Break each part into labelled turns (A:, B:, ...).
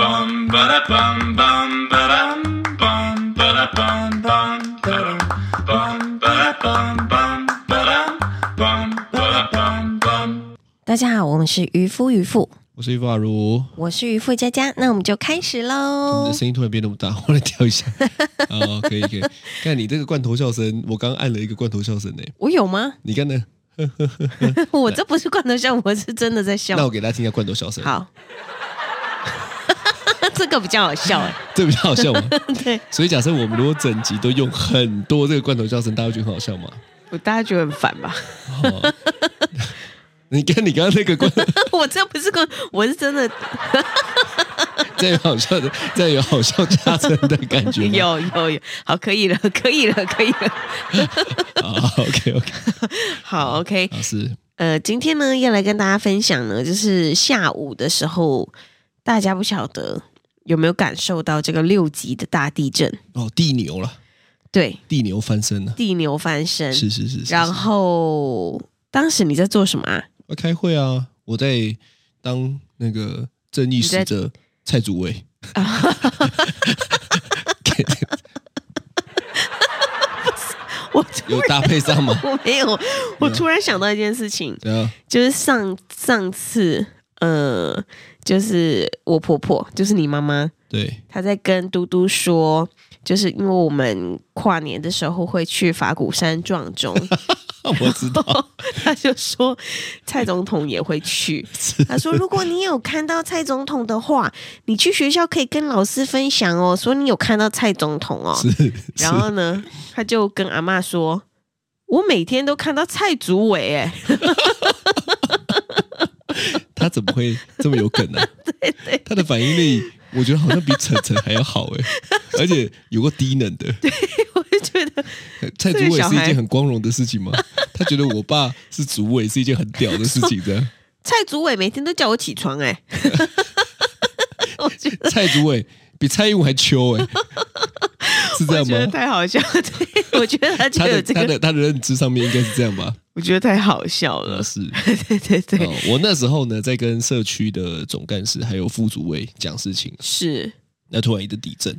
A: bum ba da bum bum ba dum bum ba da bum bum ba dum bum ba da bum bum ba dum bum ba da bum bum.
B: 大家好，我们是渔夫渔妇，
C: 我是于法如，
B: 我是渔夫佳佳，那我们就开始
C: 你
B: 喽
C: 的。声音突然变那么大， 我来调 一下。哦，可以可以。看你这个罐头笑声，我刚按了一个罐头笑声呢。
B: 我有吗？
C: 你刚呢？
B: 我这不是罐头笑，我是真的在
C: 那
B: 笑。
C: 我给大家听一下罐头笑声，
B: 好， 这个比较好 笑哎。
C: 这比较 好笑吗？
B: 对，
C: 所以假设我们如果整集都用很多这个罐头笑声，大家会觉得很好笑吗？
B: 我大家觉得很烦吧？
C: 哦，你看你刚刚那个罐，
B: 我这不是罐，我是真的
C: 再有好笑的， 再有好笑加成的感觉吗。
B: 有有有。好，可以了， 可以了，可以了。
C: 啊，OK OK，
B: 好，OK。
C: 老师，
B: 呃，今天呢要来跟大家分享呢，就是下午的时候，大家不晓得有没有感受到这个六级的大地震？
C: 哦，地牛了，
B: 对，
C: 地牛翻身了，
B: 地牛翻身。
C: 是是是是是。
B: 然后当时你在做什么啊？
C: 要开会啊，我在当那个正义使者蔡 主委。
B: 我？
C: 有搭配上吗
B: 我没有，我突然想到一件事情，
C: 对啊，
B: 就是上上次，呃，就是我婆婆，就是你妈妈，
C: 对，
B: 她在跟嘟嘟说，就是因为我们跨年的时候会去法鼓山撞 钟，
C: 我知道，
B: 她就说蔡总统也会去。 她说，如果你有看到蔡总统的话，你去学校可以跟老师分享哦，说你有看到蔡总统哦。
C: 是是
B: 然后呢，他就跟阿嬷说：“我每天都看到蔡祖伟，哎，
C: 他怎么会这么有梗 呢、对对，他的反应力，我觉得好像比晨晨还要好 哎，而且有个低能的。
B: 我就觉得
C: 蔡主
B: 这个
C: 委
B: 小
C: 是一
B: 孩
C: 件很光荣的事情 吗？他觉得我爸是主委是一件很屌的事情的。
B: 蔡祖伟每天都叫我起床，哎，我觉得
C: 蔡主委比蔡英文还秋 哎，是这
B: 我
C: 样
B: 觉得
C: 吗？
B: 太好笑了，对，我觉得他就
C: 他
B: 有
C: 的
B: 这
C: 他
B: 个，
C: 的他的认知上面应该是这样吧？
B: 我觉得太好笑了
C: 呃，，是。
B: 对对对，
C: 哦，我那时候呢，在跟社区的总干事还有副主委讲事情，
B: 是，
C: 那突然一个地震，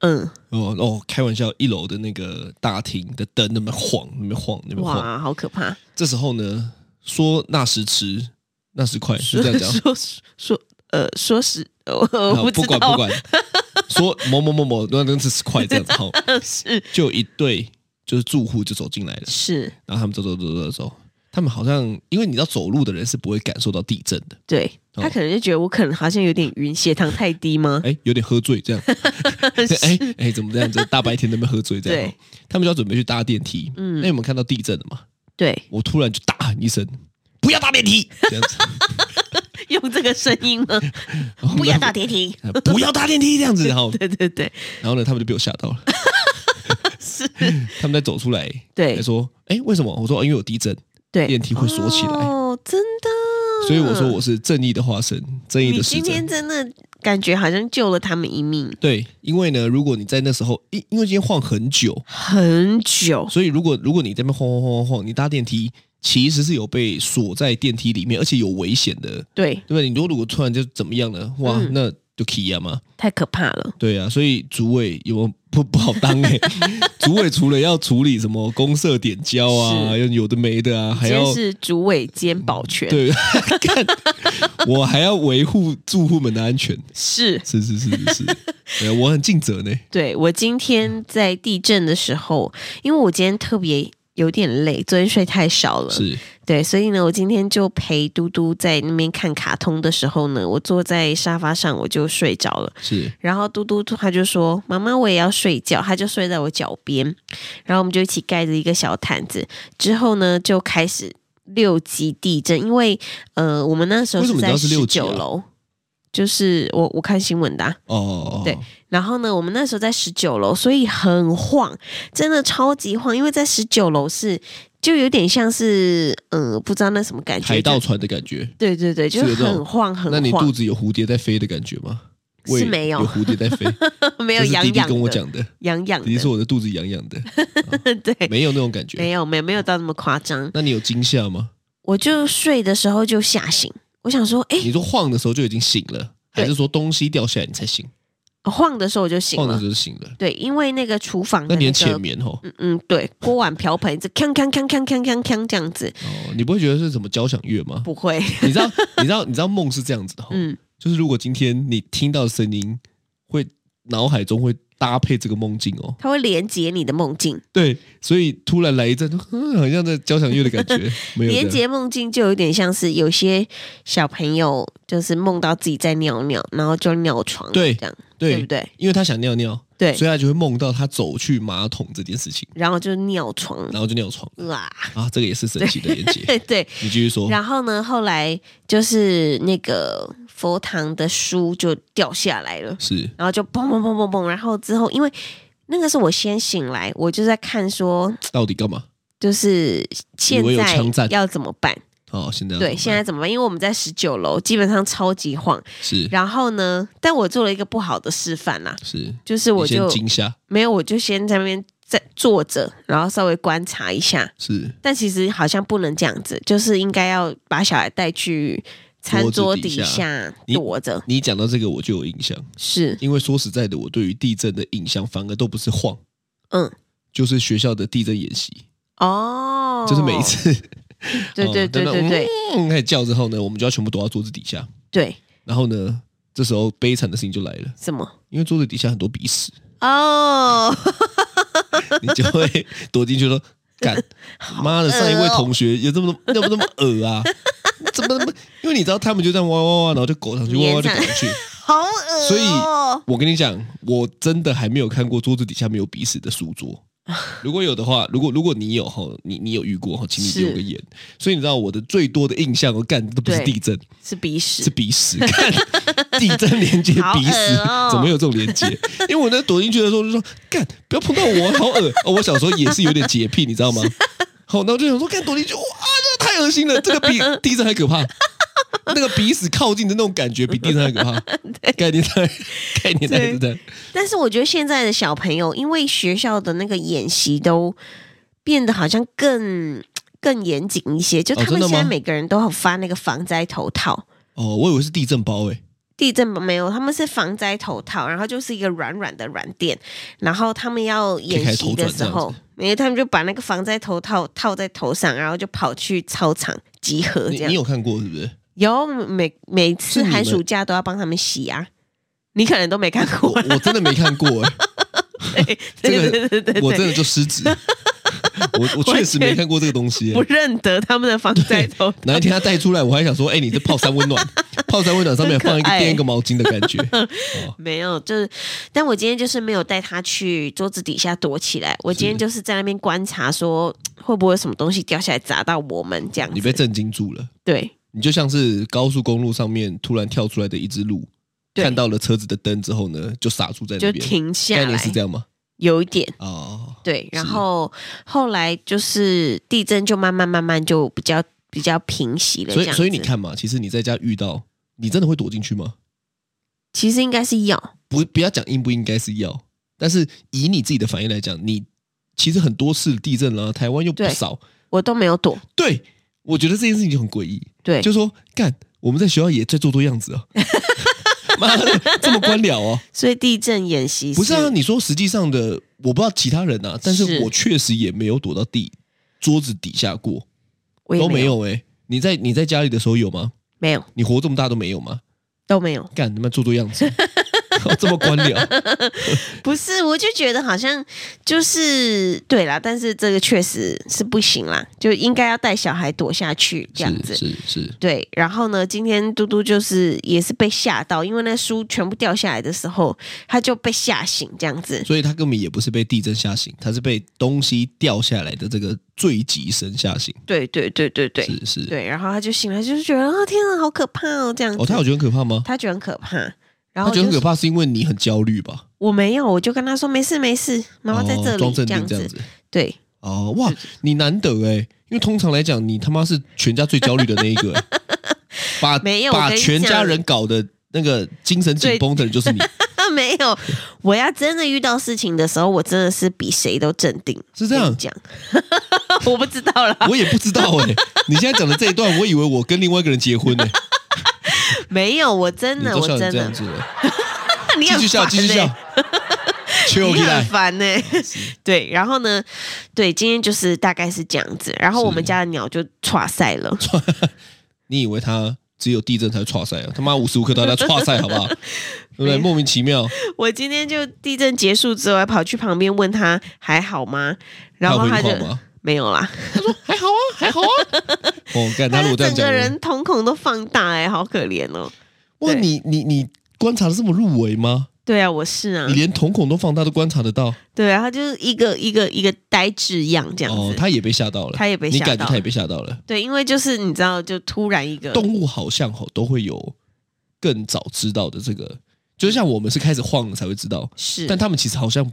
B: 嗯，
C: 哦哦，开玩笑，一楼的那个大厅的灯那么晃，那么晃，那么晃。
B: 哇，好可怕，
C: 这时候呢，说那时迟，那时快，是
B: 说
C: 这样讲。
B: 说说呃，说是，呃我
C: 好
B: 我不知
C: 管
B: 道，
C: 不管，说某某某某那那是快这样 子，好，
B: 是
C: 就一对就是住户就走进来了，
B: 是，
C: 然后他们走走走走走，他们好像因为你知道走路的人是不会感受到地震的，
B: 对。
C: 哦
B: 他可能就觉得我可能好像有点晕，血糖太低吗？
C: 哎，有点喝醉这样，对， 哎
B: 是
C: 哎，怎么这样子？大白天在那边喝醉这样哦
B: 对，
C: 他们就要准备去搭电梯。
B: 嗯
C: 嗯，那你们看到地震了吗？
B: 对，
C: 我突然就大喊一声：“不要搭电梯！”这样 子，
B: 用这个声音吗？不要打电梯。
C: 呃不要搭电梯这样子。然后，
B: 对对对，
C: 然后呢，他们就被我吓到了。
B: 是，
C: 他们在走出来，
B: 对嗯
C: 还说：“哎，为什么？”我说：“哦因为有地震，
B: 对，
C: 电梯会锁起来
B: 哦，真的。
C: 所以我说我是正义的化身，正义
B: 你
C: 的使
B: 今
C: 者。
B: 天真的感觉好像救了他们一命”，
C: 对，因为呢，如果你在那时候，因因为今天晃很久，
B: 很久。
C: 所以如果如果你在那边晃晃晃晃晃，你搭电梯其实是有被锁在电梯里面，而且有危险的。
B: 对，
C: 对不对？你如果如果突然就怎么样了，哇，
B: 嗯
C: 那就 key 啊嘛，
B: 太可怕了。
C: 对啊，所以主委有没有不不好当 哎、主委除了要处理什么公社点交啊，
B: 是
C: 有有的没的啊，还
B: 今
C: 要
B: 天是主委兼保全，
C: 嗯对， 看我还要维护住户们的安全，
B: 是，
C: 是是是 是是，对啊我很尽责呢，
B: 对我今天在地震的时候，因为我今天特别有点累，昨天睡太少了，
C: 是
B: 对，所以呢，我今天就陪嘟嘟在那边看卡通的时候呢，我坐在沙发上我就睡着了。
C: 是，
B: 然后嘟嘟他就说：“妈妈，我也要睡觉。”他就睡在我脚边，然后我们就一起盖着一个小毯子。之后呢，就开始六级地震，因为呃，我们那时候
C: 为什么你知
B: 在
C: 道是
B: 十
C: 六级啊
B: 九楼，就是我我看新闻的啊、
C: 哦，
B: 对然后呢，我们那时候在十九楼，所以很晃，真的超级晃，因为在十九楼是就有点像是呃，不知道那什么感觉，
C: 海盗
B: 就
C: 船的感觉，
B: 对对对，就是
C: 有这种
B: 很晃很
C: 那你肚
B: 晃，
C: 子有蝴蝶在飞的感觉吗？
B: 是
C: 喂
B: 没有
C: 有蝴蝶在飞，
B: 没有
C: 这是
B: 痒
C: 弟弟
B: 痒的，
C: 跟 我讲的，
B: 痒痒
C: 弟弟说
B: 的，
C: 我的肚子痒痒的，
B: 对。
C: 没有那种感觉，
B: 没有没有没有到那么夸张，
C: 那你有惊吓吗？
B: 我就睡的时候就吓醒，我想说，哎、
C: 你说晃的时候就已经醒了，还是说东西掉下来你才醒？
B: 晃的时候我就醒
C: 晃的
B: 了
C: 时。候就醒了。
B: 对，因为那个厨房的
C: 那你
B: 那
C: 很浅
B: 个，
C: 眠 哦，
B: 嗯嗯，对，锅碗瓢盆一直锵锵锵锵锵锵锵这样子，
C: 哦，你不会觉得是什么交响乐吗？
B: 不会，
C: 你知道，你知道，你知道梦是这样子的哈、
B: 嗯，
C: 就是如果今天你听到声音，会脑海中会搭配这个梦境 哦。
B: 它会连接你的梦境，
C: 对，所以突然来一阵，嗯，好像在交响乐的感 觉，没有这样
B: 连接梦境就有点像是有些小朋友就是梦到自己在尿尿，然后就尿床，
C: 对
B: 这样对不
C: 对，
B: 对？
C: 因为他想尿尿，
B: 对
C: 所，以他就会梦到他走去马桶这件事情，
B: 然后就尿床
C: 然后就尿床
B: 啊，
C: 啊，这个也是神奇的连接。
B: 对对。
C: 你继续说，
B: 然后呢，后来就是那个佛堂的书就掉下来了，
C: 是
B: 然后就砰砰砰砰砰，然后之后因为那个是我先醒来，我就在看说，
C: 到底干嘛？
B: 就是现
C: 以为有枪
B: 在
C: 战
B: 要怎么办？
C: 哦，现在要
B: 对，
C: 怎么办
B: 现在怎么办？因为我们在十九楼，基本上超级晃。
C: 是
B: 然后呢，但我做了一个不好的示范啦，
C: 是，
B: 就是我
C: 你先
B: 就
C: 惊吓，
B: 没有，我就先在那边在坐着，然后稍微观察一下。
C: 是
B: 但其实好像不能这样子，就是应该要把小孩带去餐桌底下
C: 你
B: 躲着。
C: 你讲到这个我就有印象，
B: 是，
C: 因为说实在的，我对于地震的印象反而都不是晃，
B: 嗯，
C: 就是学校的地震演习，
B: 哦，
C: 就是每一，次，
B: 对对
C: 哦
B: 对对对，
C: 嗯开始叫之后呢，我们就要全部躲到桌子底下，
B: 对，
C: 然后呢，这时候悲惨的事情就来了，
B: 什么？
C: 因为桌子底下很多鼻屎，
B: 哦，
C: 你就 会躲进去说。干，妈的！
B: 恶哦
C: 上一位同学有这么要不这么 恶啊？怎么那么？因为你知道他们就这样哇哇哇，然后就狗上去，哇哇就狗上去。
B: 好恶、
C: 所以
B: 哦，
C: 我跟你讲，我真的还没有看过桌子底下没有鼻屎的书 桌。如果有的话，如果如果你有哈，你你有遇过哈，请你
B: 是
C: 留个言。所以你知道我的最多的印象，我干都不是
B: 对
C: 地震，
B: 是鼻屎
C: 是，鼻屎。看地震连接
B: 好
C: 鼻屎
B: 恶，哦
C: 怎么有这种连接？因为我在躲进去的时候就说，干不要碰到我，好恶、哦我小时候也是有点洁癖，你知道吗？好，然后就想说，干躲进去，哇，这个太恶心了，这个比地震还可怕。那个鼻屎靠近的那种感觉比地震还可怕。概念在，概念在是这样。
B: 但是我觉得现在的小朋友，因为学校的那个演习都变得好像更更严谨一些，就
C: 哦
B: 他
C: 真
B: 们
C: 的
B: 现在
C: 吗
B: 每个人都有发那个防灾头套。
C: 哦，我以为是地震包诶、
B: 地震没有，他们是防灾头套，然后就是一个软软的软垫，然后他们要演习的时
C: 可以开头转这样
B: 候
C: 子，
B: 因为他们就把那个防灾头套套在头上，然后就跑去操场集合哦这
C: 你
B: 样。
C: 你有看过是不是？
B: 有每每
C: 是
B: 次
C: 你们
B: 寒暑假都要帮他们洗啊，你可能都没看
C: 我
B: 过，
C: 我真的没看过 诶、
B: 对
C: 这个
B: 对对对对
C: 我真
B: 对，
C: 的就失职。 我我确实没看过这个东西、
B: 不
C: 欸。
B: 认得他们的防灾头套，
C: 哪一天他带出来，我还想说，哎、你这泡三温暖，泡三温暖上面放一个
B: 很可爱
C: 垫一个毛巾的感觉。 哦
B: 没有，就是，但我今天就是没有带他去桌子底下躲起来，我今天就是在那边观察说会不会有什么东西掉下来砸到我们这样子。
C: 你被震惊住了，
B: 对
C: 你就像是高速公路上面突然跳出来的一只鹿，
B: 对
C: 看到了车子的灯之后呢，就傻住在
B: 就
C: 那边。
B: 停下
C: 概
B: 来
C: 念是这样吗？
B: 有一点
C: 哦，
B: 对，然后后来就是地震就慢慢慢慢就比较比较平息了，
C: 所以
B: 这样
C: 所以你
B: 子，
C: 看嘛，其实你在家遇到，你真的会躲进去吗？
B: 其实应该是要
C: 不不要讲应不应该是要，但是以你自己的反应来讲，你其实很多次地震啦、台湾又不
B: 对
C: 少，
B: 我都没有躲，
C: 对我觉得这件事情就很诡异，
B: 对，
C: 就说干我们在学校也在做做样 子啊，妈的这么官僚哦、
B: 所以地震演习
C: 不是啊，你说实际上的我不知道其他人啊，但是
B: 是
C: 我确实也没有躲到地桌子底下过，
B: 我也
C: 都没
B: 没
C: 有哎、你在你在家里的时候有吗？
B: 没有
C: 你活这么大都没有吗？
B: 都没有，
C: 干他妈做做样 子，这么官僚，
B: 不是，我就觉得好像就是对啦，但是这个确实是不行啦，就应该要带小孩躲下去这样子。
C: 是是，
B: 对，然后呢，今天嘟嘟就是也是被吓到，因为那书全部掉下来的时候，他就被吓醒这样子。
C: 所以他根本也不是被地震吓醒，他是被东西掉下来的这个坠击声吓醒，
B: 对对对对对
C: 是是，
B: 对，然后他就醒来，就是觉得啊，天啊，好可怕哦，这样子。
C: 哦，他有觉得很可怕吗？
B: 他觉得很可怕，然
C: 他
B: 后
C: 觉得很可
B: 就说。
C: 怕是因为你很焦虑吧？
B: 我没有，我就跟他说没事没事，妈妈在这
C: 哦装
B: 里、
C: 镇
B: 这
C: 定
B: 样
C: 这样
B: 子。
C: 子。
B: 对，
C: 哦，哇，你难得哎，因为通常来讲，你他妈是全家最焦虑的那一 个欸，把
B: 没有我
C: 把
B: 跟你
C: 全家
B: 讲
C: 人搞得那个精神紧
B: 最
C: 绷的人就是你，
B: 没有，我要真的遇到事情的时候，我真的是比谁都镇定。
C: 是这样
B: 跟 你讲，我不知道啦，
C: 欸我也不知道哎。你现在讲的这一段，我以为我跟另外一个人结婚呢，
B: 没有，我真
C: 你
B: 的，
C: 都
B: 我
C: 笑成
B: 真
C: 这样
B: 的，
C: 子了，
B: 你
C: 继
B: 很
C: 续笑，
B: 烦
C: 继续
B: 欸
C: 笑， 求
B: 你
C: 起
B: 很
C: 来。
B: 烦呢、对，然后呢，对，今天就是大概是这样子，然后我们
C: 是
B: 家的鸟就垮赛 了，
C: 你以为他只有地震才踹赛啊？他妈无时无刻都在踹赛，好不好？对不
B: 没
C: 对？莫名其妙，
B: 我今天就地震结束之后，还跑去旁边问他还好吗？然后他
C: 他有
B: 就
C: 回应话吗
B: 没有啦，
C: 还好啊，还 好啊。哦，干他
B: 他
C: 如
B: 的
C: 果这
B: 整
C: 样
B: 个
C: 讲我，
B: 人瞳孔都放大哎、好可怜哦。
C: 哇，
B: 对
C: 你你你观察的这么入围吗？
B: 对啊，我是啊
C: 你，连瞳孔都放大都观察得到
B: 对啊，他就是一个一个一个呆滞样这样
C: 哦
B: 子，。
C: 他也被吓到了，
B: 他也被
C: 你
B: 吓
C: 感觉
B: 到
C: 他也被吓到了。
B: 对，因为就是你知道，就突然一个
C: 动物好像吼都会有更早知道的这个，就像我们是开始晃了才会知道，
B: 是，
C: 但他们其实好像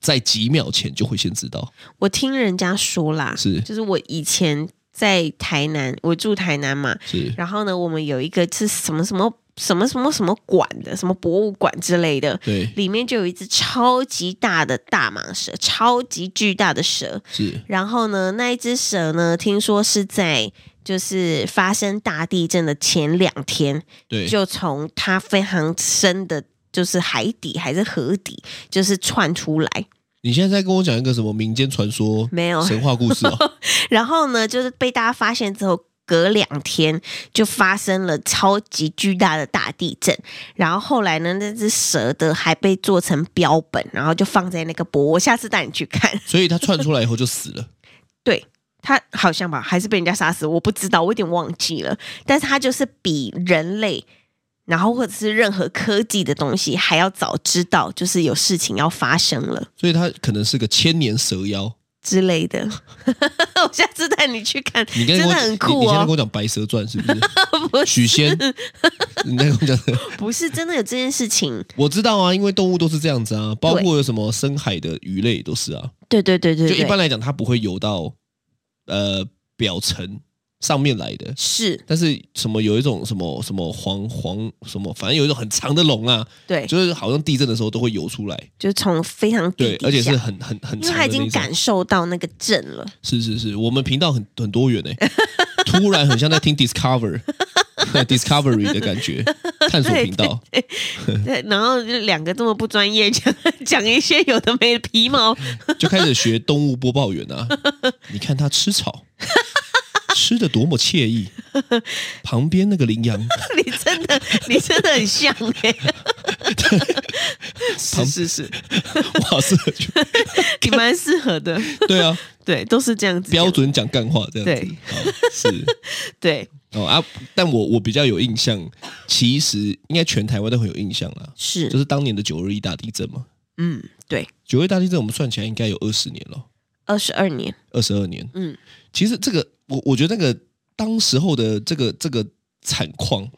C: 在几秒前就会先知道，
B: 我听人家说啦，
C: 是
B: 就是我以前在台南，我住台南嘛，
C: 是
B: 然后呢，我们有一个是什么什么什么什么什么馆的，什么博物馆之类的，
C: 对，
B: 里面就有一只超级大的大蟒蛇，超级巨大的蛇。
C: 是
B: 然后呢，那一只蛇呢，听说是在就是发生大地震的前两天，
C: 对，
B: 就从它非常深的，就是海底还是河底，就是窜出来。
C: 你现在在跟我讲一个什么民间传说、
B: 没有
C: 神话故 事哦？
B: 然后呢，就是被大家发现之后，隔两天就发生了超级巨大的大地震。然后后来呢，那只蛇的还被做成标本，然后就放在那个博物。我下次带你去看。
C: 所以它窜出来以后就死了，
B: 对，它好像吧，还是被人家杀死，我不知道，我有点忘记了。但是它就是比人类。然后或者是任何科技的东西，还要早知道，就是有事情要发生了
C: 所以它可能是个千年蛇妖。
B: 之类的。 我下次带你去看，
C: 你刚
B: 真
C: 才跟
B: 的
C: 我
B: 很
C: 讲你
B: 酷
C: 你现在跟
B: 哦。
C: 我讲《白蛇传》是不是？
B: 不是
C: 许仙，你在跟我讲的，
B: 不是真的有这件事情。
C: 我知道啊，因为动物都是这样子啊，包括有什么深海的鱼类也都是啊。
B: 对对对对
C: 就
B: 对，
C: 一般来讲，它不会游到呃表层上面来的。
B: 是
C: 但是什么有一种什么什么黄黄什么，反正有一种很长的龙啊，
B: 对，就
C: 就是好像地震的时候都会游出来，
B: 从非常
C: 对
B: 低，
C: 而且
B: 底下
C: 是很很很
B: 因为
C: 长的
B: 他已
C: 那
B: 经
C: 种。
B: 感受到那个震了，
C: 是是是，我们频道很很多元诶、欸 突然很像在听 Discover 对 Discovery 的感觉，探索频道。嗯
B: 对，然后就两个这么不专业讲 讲一些有的没的皮毛，
C: 就开始学动物播报员啊！你看它吃草，吃的多么惬意。旁边那个羚羊，
B: 你真 的你真的很像哎、 是是是，
C: 哇塞，就
B: 你蛮适合的，
C: 对啊，
B: 对，都是这样子讲
C: 标准讲干话这样子。哦、是
B: 对
C: 哦啊，但我我比较有印象，其实应该全台湾都很有印象啦，
B: 是
C: 就是当年的九二一大地震嘛。
B: 嗯对，
C: 九二一大地震我们算起来应该有二十年了，
B: 二十二年
C: 二十二年。
B: 嗯
C: 其实这个我我觉得那个当时候的这个这个惨况，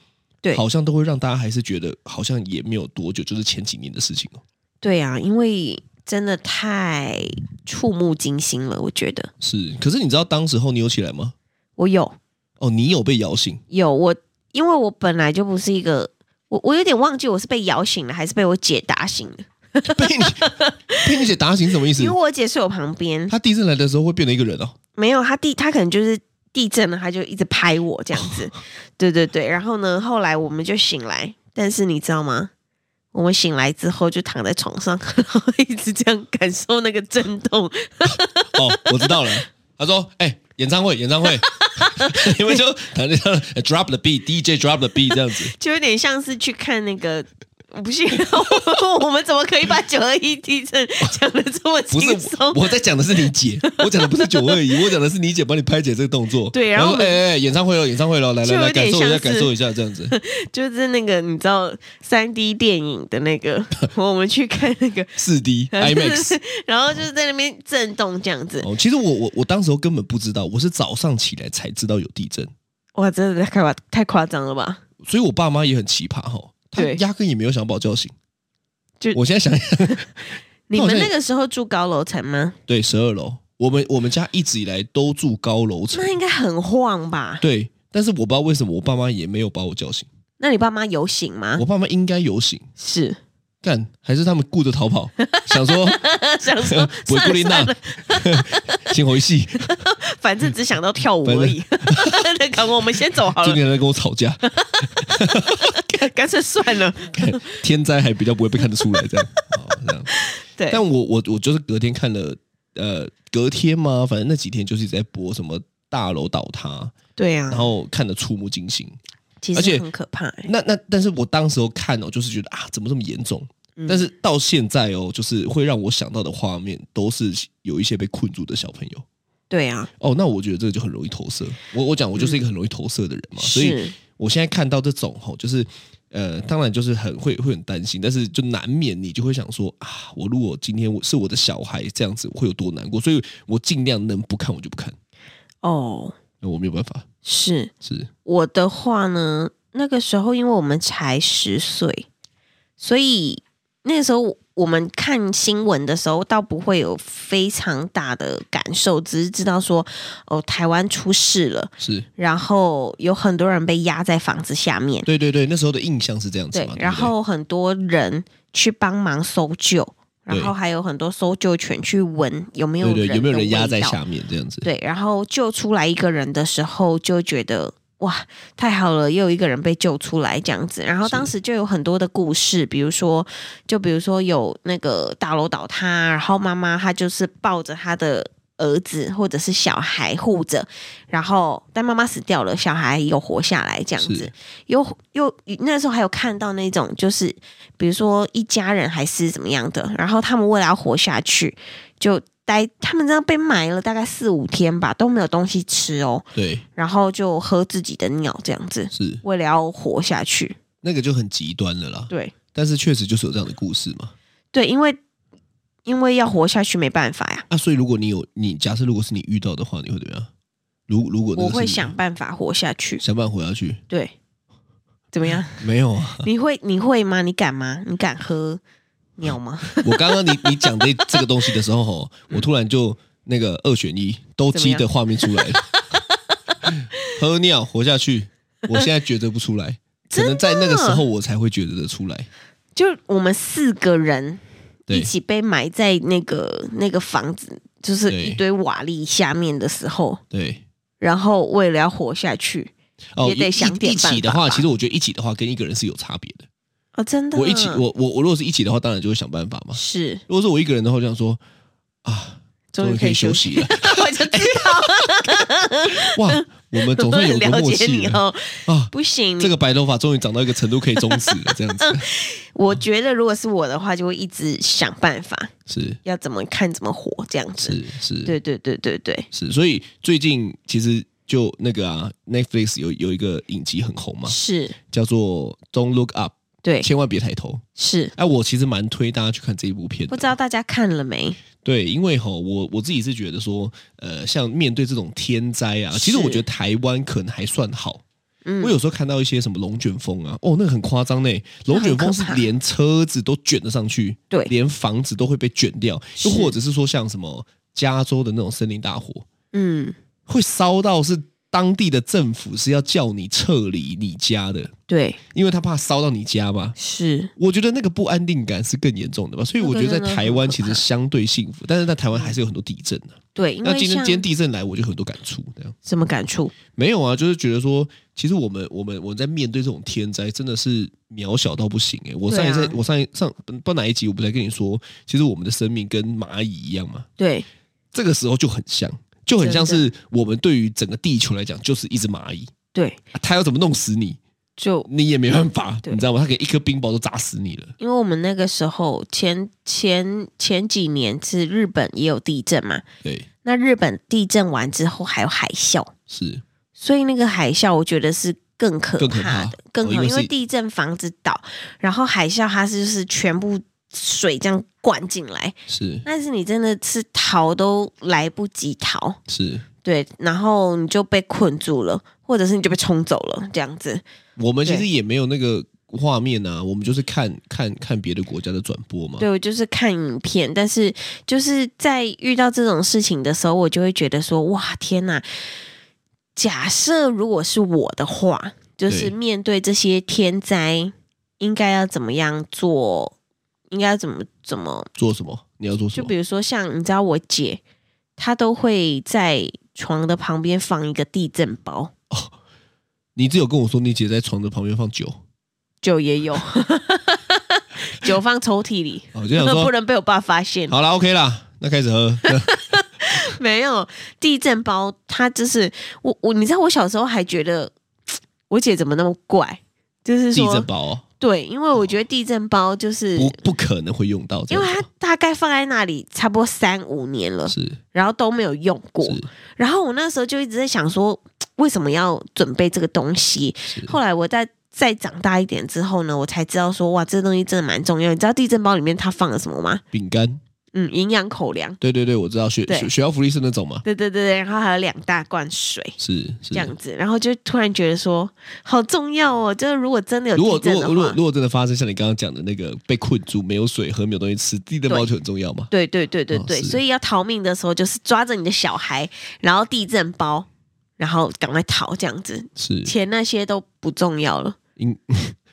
B: 对
C: 好像都会让大家还是觉得好像也没有多久，就是前几年的事情哦。
B: 对啊，因为真的太触目惊心了，我觉得
C: 是，可是你知道当时候你有起来吗？
B: 我有
C: 哦，你有被 摇醒，
B: 有我，因为我本来就不是一个，我我有点忘记我是被摇醒了还是被我姐打醒的，
C: 被你被你姐打醒什么意思
B: 因为？我姐睡我旁边，
C: 她地震来的时候会变成一个人哦，
B: 没有她地，她可能就是地震了，她就一直拍我这样子， 对对对，然后呢，后来我们就醒来，但是你知道吗？我们醒来之后就躺在床上， 然后一直这样感受那个震动，
C: 哦，我知道了。她说：“哎、演唱会，演唱会， 你们就躺在上哎 drop the beat，DJ drop the beat 这样子。
B: 就有点像是去看那个。不是，我 我们怎么可以把九二一地震讲的这么
C: 不是
B: 轻松？
C: 我在讲的是你姐， 我讲的不是九二一，我讲的是你姐帮你拍姐这个动作。
B: 对然
C: 然
B: 后
C: 说哎哎、哎演唱会了，演唱会了，来
B: 就
C: 来
B: 有
C: 来，感
B: 点
C: 受一下，
B: 像是
C: 感受一下，这样子。
B: 就是那个你知道三 D 电影的那 个，我们去看那个
C: 四 D IMAX。
B: 然后就是在那边震动这样子。
C: 哦，其实我我我当时候根本不知道，我是早上起来才知道有地震，
B: 哇，真的太夸太夸张了吧？
C: 所以我爸妈也很奇葩哈、哦，他
B: 对
C: 压根也没有想把我叫醒。
B: 就
C: 我现在想一想，
B: 你
C: 好像
B: 们
C: 也
B: 那个时候住高楼层吗？
C: 对，十二楼，我们我们家一直以来都住高楼层
B: 那，应该很晃吧？
C: 对，但是我不知道为什么我爸妈也没有把我叫醒，
B: 那你爸妈有醒吗
C: 我？爸妈应该有醒，
B: 是，
C: 干还是他们顾着逃跑，想说
B: 想 说
C: 呃不
B: 算了
C: 固定
B: 算
C: 呐
B: 了，，
C: 先回戏，
B: 反正只想到跳舞而已。那个，我们先走好
C: 就
B: 了
C: 你。还在跟我吵架，
B: 干脆算了。
C: 天灾还比较不会被看得出来， 这样。哦这样
B: 对，
C: 但我我我就是隔天看了，呃，隔天嘛，反正那几天就是一直在播什么大楼倒塌，
B: 对啊
C: 然，后看得触目惊心。
B: 其
C: 而且
B: 实很可怕、欸。
C: 那那但是我当时候看哦，就是觉得啊，怎么这么严重？
B: 嗯
C: 但是到现在哦，就是会让我想到的画面都是有一些被困住的小朋友
B: 对啊，
C: 哦。那我觉得这个就很容易投射。我我讲我就是一个很容易投射的人嘛，所以
B: 嗯是
C: 我现在看到这种吼，就是呃，当然就是很会会很担心，但是就难免你就会想说啊，我如果今天我是我的小孩这样子，我会有多难过？所以我尽量能不看我就不看，
B: 哦，
C: 那我没有办法，
B: 是
C: 是
B: 我的话呢，那个时候因为我们才十岁，所以那时候我们看新闻的时候，倒不会有非常大的感受，只是知道说哦，台湾出事了，
C: 是，
B: 然后有很多人被压在房子下面，
C: 对对对，那时候的印象是这样子
B: 对
C: 嘛，，对
B: 然
C: 不对
B: 后很多人去帮忙搜救，然
C: 对
B: 后还有很多搜救犬去闻有没有
C: 对
B: 人
C: 对，有没有
B: 的
C: 人压
B: 味
C: 在
B: 道
C: 下面这样子？
B: 对，然后救出来一个人的时候，就觉得哇，太好了，又有一个人被救出来这样子。然后当时就有很多的故事，比如说，就比如说有那个大楼倒塌，然后妈妈她就是抱着她的。儿子或者是小孩护着，然后但妈妈死掉了，小孩有活下来这样子
C: 是，
B: 又又那时候还有看到那种就是，比如说一家人还是怎么样的，然后他们为了要活下去，就待他们这样被埋了大概四五天吧，都没有东西吃哦，
C: 对，
B: 然后就喝自己的尿这样子，
C: 是
B: 为了要活下去。
C: 那个就很极端了啦。
B: 对
C: 但是确实就是有这样的故事嘛。
B: 对，因为因为要活下去没办法呀，
C: 啊，所以如果你有你假设如果是你遇到的话，你会怎么样？如如果
B: 我
C: 那个是啊
B: 会
C: 你
B: 想办法活下去。
C: 想办法活下去，
B: 对，怎么样？
C: 没有啊？
B: 你会你会吗？你敢吗？你敢喝尿吗？
C: 我刚刚你你讲这这个东西的时候，吼，我突然就那个二选一都鸡
B: 怎么
C: 的画面出来 了，喝尿活下去，我现在觉得不 出来，可能在那个时候我才会觉得得出来。
B: 就我们四个人
C: 对
B: 一起被埋在那个那个房子，就是
C: 对
B: 一堆瓦砾下面的时候，
C: 对，
B: 然后为了要活下去，
C: 哦，
B: 也得
C: 一
B: 想点
C: 一起的
B: 办法
C: 话，
B: 吧
C: 其实我觉得一起的话跟一个人是有差别的。
B: 哦，真的，
C: 我一起，我我我如果是一起的话，当然就会想办法嘛。
B: 是
C: 如果是我一个人的话，我就想说啊，终于可以休息了，
B: 我就知道，
C: 哇，我们哎总
B: 我
C: 算
B: 很
C: 有 个
B: 了
C: 默
B: 解
C: 契
B: 你
C: 了
B: 哦。
C: 啊！
B: 不行，
C: 这个白头发终于长到一个程度可以终止了，这样
B: 嗯
C: 子
B: 我觉得如果是我的话，就会一直想办法，
C: 是
B: 要怎么看怎么活这样子。
C: 是是，
B: 对对对对对，
C: 是，所以最近其实就那个啊，Netflix 有有一个影集很红嘛，
B: 是，
C: 叫做《Don't Look Up》，
B: 对
C: 千万别抬头。
B: 是。
C: 哎、我其实蛮推大家去看这一部片的，
B: 不知道大家看了没？
C: 对，因为吼，我我自己是觉得说，呃，像面对这种天灾啊，其实我
B: 是
C: 觉得台湾可能还算好。
B: 嗯
C: 我有时候看到一些什么龙卷风啊，哦，那个很夸张呢。龙卷风是
B: 那很可怕
C: 连车子都卷得上去，
B: 对
C: 连房子都会被卷掉，
B: 是
C: 又或者是说像什么加州的那种森林大火，
B: 嗯，
C: 会烧到是当地的政府是要叫你撤离你家的，
B: 对，
C: 因为他怕烧到你家嘛。
B: 是
C: 我觉得那个不安定感是更严重的吧，所以我觉得在台湾其实相对幸福，但是在台湾还是有很多地震的、
B: 对，因
C: 那
B: 为
C: 今天
B: 像
C: 今天地震来，我就很多感触。这样
B: 什么感触？
C: 没有啊，就是觉得说，其实我们我们我们在面对这种天灾，真的是渺小到不行诶、我上一次、
B: 对啊
C: 我上一上不知道哪一集，我不是在跟你说，其实我们的生命跟蚂蚁一样嘛，
B: 对，
C: 这个时候就很像，就很像是我们对于整个地球来讲，就是一只蚂蚁。
B: 对，
C: 他要怎么弄死你，
B: 就
C: 你也没办法，
B: 对
C: 你知道吗？他给一颗冰雹都砸死你了。
B: 因为我们那个时候前前前几年是日本也有地震嘛，
C: 对，
B: 那日本地震完之后还有海啸，
C: 是
B: 所以那个海啸，我觉得是更可
C: 更
B: 怕
C: 可怕
B: 的，更
C: 哦因为
B: 因为
C: 是
B: 地震房子倒，然后海啸它是就是全部水这样灌进来，
C: 是
B: 但是你真的是逃都来不及逃，
C: 是，
B: 对，然后你就被困住了，或者是你就被冲走了，这样子，
C: 我们其实
B: 对
C: 也没有那个画面啊，我们就是看看看别的国家的转播嘛。
B: 对我就是看影片，但是就是在遇到这种事情的时候，我就会觉得说，哇，天呐！假设如果是我的话，就是
C: 对
B: 面对这些天灾，应该要怎么样做？应该要怎么怎么？
C: 做什么？你要做什
B: 就
C: 么
B: 比？如说像你知道我姐，她都会在床的旁边放一个地震包，
C: 你只有跟我说你姐在床的旁边放酒，
B: 酒也有， 酒放抽屉里，
C: 我哦就想说
B: 不能被我爸发现。
C: 好啦 o、k 啦，那开始喝。那
B: 没有地震包，它就是我我，你知道我小时候还觉得我姐怎么那么怪，就是
C: 地震
B: 说
C: 包、哦、
B: 对，因为我觉得地震包就是
C: 不不可能会用到这
B: 因
C: 个，
B: 为它大概放在那里差不多三五年了，
C: 是
B: 然后都没有用过。
C: 是
B: 然后我那时候就一直在想说，为什么要准备这个东西？
C: 是
B: 后来我在再长大一点之后呢，我才知道说，哇，这东西真的蛮重要。你知道地震包里面它放了什么吗？
C: 饼干，
B: 嗯，营养口粮，
C: 对对对，我知道学
B: 对
C: 学学校福利是那种嘛，
B: 对对对对，然后还有两大罐水。
C: 是是
B: 这。样子，然后就突然觉得说，好重要哦！就是如果真的有
C: 如果
B: 地震
C: 如果
B: 的
C: 如果
B: 话，
C: 如果真的发生像你刚刚讲的那个被困住、没有水喝、没有东西吃，地震包就很重要嘛。
B: 对对对对
C: 哦
B: 对，
C: 是
B: 所以要逃命的时候，就是抓着你的小孩，然后地震包，然后赶快逃，这样子，
C: 是
B: 钱那些都不重要了。
C: 应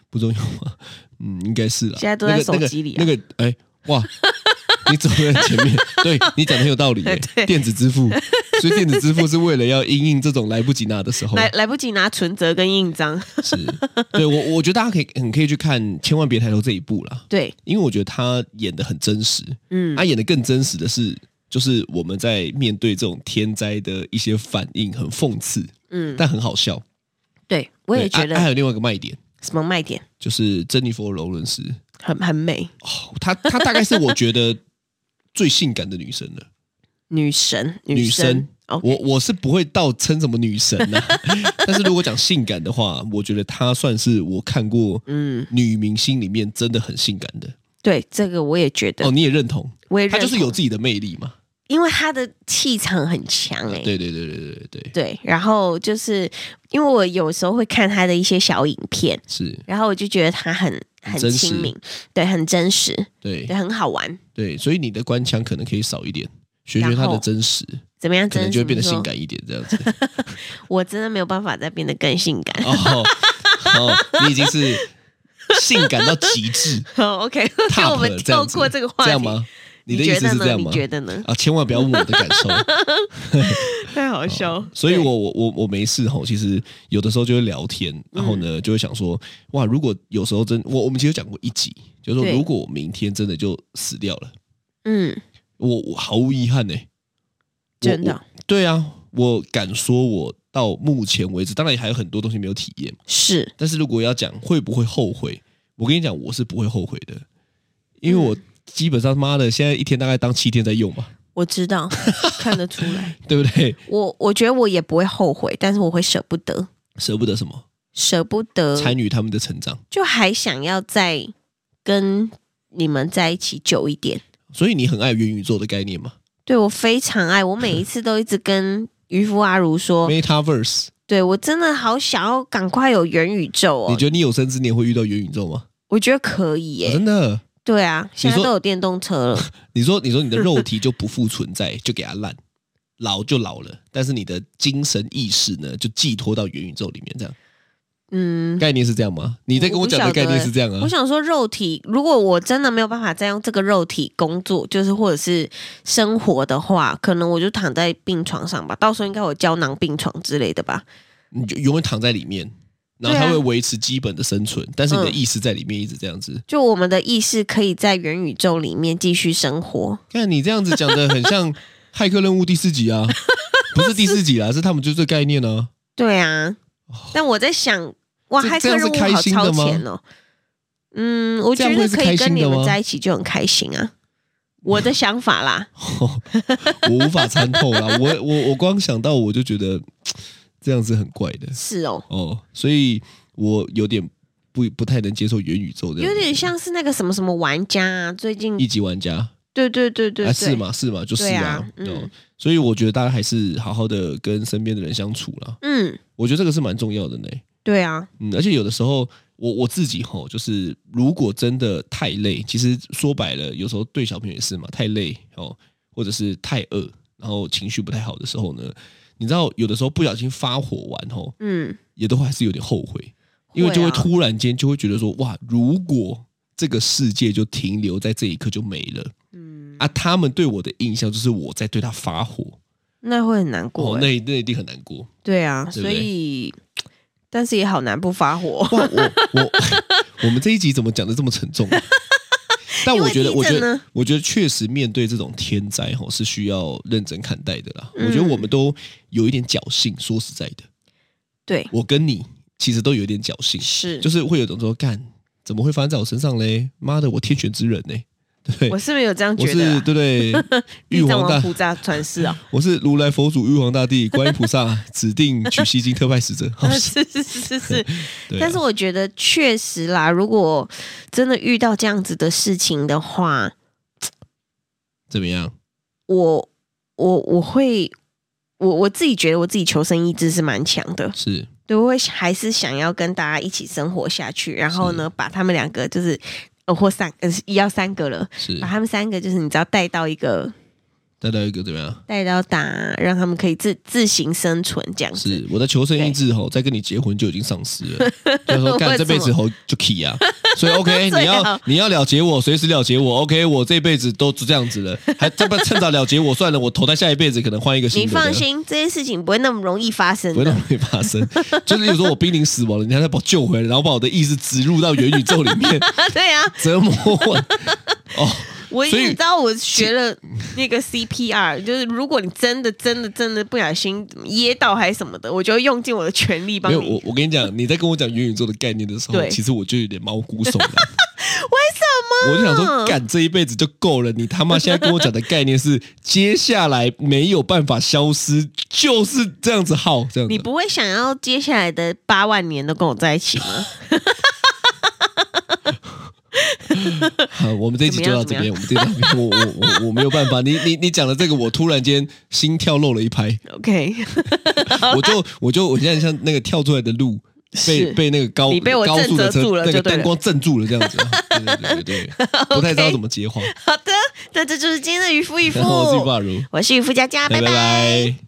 C: 不重要吗？嗯，应该是啦。
B: 现在都在
C: 那个
B: 手机里啊
C: 那个那个哎、哇， 你走在前面，对你讲的很有道理、耶
B: 对
C: 电子支付，所以电子支付是为了要因应这种来不及拿的时候，
B: 来来不及拿存折跟印章，
C: 是对我我觉得大家可以很可以去看，千万别抬头这一部啦，
B: 对，
C: 因为我觉得他演的很真实，
B: 嗯
C: 他演的更真实的是。就是我们在面对这种天灾的一些反应，很讽刺，
B: 嗯，
C: 但很好笑。
B: 对，我也
C: 对啊
B: 觉
C: 啊还
B: 得
C: 有另外一个卖点，
B: 什么卖点
C: 就是珍妮佛·劳伦斯，
B: 很很美，
C: 哦，她她大概是我觉得最性感的女生了。
B: 女神
C: 女
B: 神
C: 生，
B: 哦，
C: 我我是不会到称什么女神呐、 但是如果讲性感的话，我觉得她算是我看过
B: 嗯，
C: 女明星里面真的很性感的。
B: 对，这个我也觉得
C: 哦，，你也认同，
B: 我也认
C: 她就是有
B: 同，
C: 自己的魅力嘛。
B: 因为她的气场很强，哎，
C: 对对对对对对，
B: 对，然后就是因为我有时候会看她的一些小影片，
C: 是，
B: 然后我就觉得她很很
C: 很真实
B: 亲民，对，很真实，
C: 对
B: 对，啊很好玩，
C: 对，所以你的官腔可能可以少一点，学
B: 然
C: 学她
B: 后
C: 的真实，
B: 怎么样？
C: 可
B: 真
C: 能
B: 的
C: 就会变得
B: 怎么
C: 性
B: 说，
C: 感一点这样子。
B: 我真的没有办法再变得更性感。
C: 哦哦，你已经是性感到极致。
B: 好，OK，所以哦 我们
C: top 这
B: 跳
C: 样子
B: 过这个话
C: 这
B: 题
C: 样。吗？你的意
B: 觉
C: 思
B: 得
C: 是这
B: 呢？
C: 样
B: 你
C: 吗？
B: 觉得呢？
C: 啊，千万不要问我的感 受。
B: 太好笑。
C: 所以
B: 对
C: 我我我我没事吼，其实有的时候就会聊天，然后
B: 嗯
C: 呢就会想说，哇，如果有时候真我我们其实有讲过一集，就是说
B: 对
C: 如果我明天真的就死掉了，
B: 嗯，
C: 我我毫无遗憾呢、我
B: 真的
C: 我对啊，我敢说，我到目前为止，当然还有很多东西没有体验，
B: 是
C: 但是如果要讲会不会后悔，我跟你讲，我是不会后悔的，
B: 嗯
C: 因为我基本上妈的现在一天大概当七天在用嘛，
B: 我知道，看得出来。
C: 对不对？
B: 我我觉得我也不会后悔，但是我会舍不得，
C: 舍不得什么
B: 舍不得，
C: 参与他们的成长，
B: 就还想要再跟你们在一起久一点。
C: 所以你很爱元宇宙的概念嘛
B: 对我非常爱，我每一次都一直跟渔夫阿如说，
C: ？MetaVerse，
B: 对我真的好想要赶快有元宇宙
C: 你
B: 哦
C: 觉。得你有生之年会遇到元宇宙吗？
B: 我觉得可以
C: 哦
B: 耶，
C: 真的，
B: 对啊，现在
C: 说
B: 都有电动车 了，
C: 你说你说你的肉体就不复存在，就给它烂，老就老了，但是你的精神意识呢，就寄托到元宇宙里面，这样
B: 嗯，
C: 概念是这样吗？你在跟我讲的概念是这样啊
B: 我？想说，肉体如果我真的没有办法再用这个肉体工作，就是或者是生活的话，可能我就躺在病床上吧。到时候应该有胶囊病床之类的吧？
C: 你就永远躺在里面。然后
B: 对啊
C: 它会维持基本的生存，但是你的
B: 嗯
C: 意识在里面一直这样子。
B: 就我们的意识可以在元宇宙里面继续生活。
C: 看你这样子讲的很像《骇客任务》第四集啊，不是第四集啦，是他们就这概念呢、啊。
B: 对啊，但我在想，哇，
C: 这
B: 骇
C: 哦
B: 客
C: 这样
B: 任
C: 是
B: 务好
C: 开心的
B: 超
C: 吗
B: 前哦。嗯，我
C: 这
B: 觉
C: 样
B: 得
C: 会是
B: 可以
C: 开
B: 跟
C: 心
B: 你
C: 的
B: 们
C: 吗
B: 在一起就很开心啊。我的想法 啦，
C: 我无法参透啦，我我我光想到我就觉得这样子很怪的
B: 是哦，
C: 哦，所以我有点不不太能接受元宇宙这样
B: 有
C: 子，
B: 点像是那个什么什么玩家啊，最近
C: 一级玩家，
B: 对对对对
C: 啊
B: 对，
C: 是吗？是吗？就是
B: 对
C: 啊
B: 啊，嗯
C: 哦所以我觉得大家还是好好的跟身边的人相处啦，
B: 嗯，
C: 我觉得这个是蛮重要的呢。
B: 对啊，
C: 嗯，而且有的时候我我自己吼，就是如果真的太累，其实说白了，有时候对小朋友也是嘛，太累哦，或者是太饿，然后情绪不太好的时候呢，你知道有的时候不小心发火完吼，
B: 嗯，
C: 也都还是有点后悔，因为就会
B: 啊
C: 突然间就会觉得说，哇，如果这个世界就停留在这一刻就没了。
B: 嗯，
C: 啊，他们对我的印象就是我在对他发火，
B: 那会很难过
C: 哦，
B: 欸、
C: 那一那一定很难过。
B: 对啊，
C: 对不
B: 所
C: 对
B: 以但是也好难不发火。
C: 哇，我我我们这一集怎么讲的这么沉重、 啊？但我觉得，
B: 因为
C: 我
B: 地震
C: 觉
B: 呢
C: 得，我觉得确实面对这种天灾吼是需要认真看待的啦。我觉得
B: 嗯
C: 我们都有一点侥幸，说实在的，
B: 对，
C: 我跟你其实都有一点侥幸，
B: 是，
C: 就是会有种说干怎么会发生在我身上嘞？妈的，我天选之人呢、对不对？
B: 我是没有这样
C: 我
B: 觉得啊
C: 是
B: 啦。
C: 对不对？ 玉
B: 地藏王
C: 皇大，
B: 菩萨 传世啊，
C: 我是如来佛祖、玉皇大帝、观音菩 萨指定取西经特派使者。好
B: 是 是是是是。
C: 哦对啊
B: 但是我觉得确实啦，如果真的遇到这样子的事情的话，
C: 怎么样？
B: 我我我会。我我自己觉得我自己求生意志是蛮强的，
C: 是
B: 对，我会还是想要跟大家一起生活下去，然后呢，把他们两个就是，呃，或三呃一要三个了，
C: 是
B: 把，他们三个就是你只要带到一个
C: 带到一个怎么样？
B: 带到打，让他们可以自自行生存这样子。
C: 是我的求生意志吼，在跟你结婚就已经丧失 了。就是说，
B: 为
C: 干这辈子
B: 什
C: 吼就 key 啊，所以 OK，
B: 最
C: 你要
B: 好
C: 你要了结我，随时了结我，OK，我这辈子都这样子了， 还这不趁早了结我算了，我投胎下一辈子可能换一个新
B: 你
C: 的。这
B: 放
C: 样
B: 心，这些事情不会那么容易发生
C: 不会那
B: 的。
C: 么容易发生。 就是有时候我濒临死亡了，人家再把我救回来，然后把我的意识植入到元宇宙里 面，
B: 对啊，
C: 折磨我。哦，
B: 我
C: 所以
B: 你知道我学了那个 CPR，就是如果你真的真的真的不小心噎到还是什么的，我就会用尽我的全力帮
C: 没
B: 你。
C: 有
B: 为
C: 我，我跟你讲，你在跟我讲元宇宙的概念的时候，
B: 对
C: 其实我就有点毛骨 悚然。
B: 什
C: 我就想说，干这一辈子就够了。你他妈现在跟我讲的概念是，接下来没有办法消失，就是这样子耗这样
B: 么？你
C: 子。
B: 不会想要接下来的八万年都跟我在一起吗？
C: 好，我们这一集就到这边，我们这一集到这边，我我我我没有办法。你你你讲的这个，我突然间心跳漏了 一拍。
B: OK，
C: 我就我就我现在像那个跳出来的鹿，被
B: 是
C: 被那个高
B: 你被我
C: 高速的
B: 震慑
C: 车
B: 住了
C: 那个
B: 就对了
C: 灯光震住了，这样子，啊对对对对对， 不太知道
B: OK
C: 怎么接话。
B: 好的，那这就是今天的渔夫渔夫
C: 然后我是，巴如，
B: 我是渔夫佳佳，
C: 哦拜
B: 拜
C: 拜。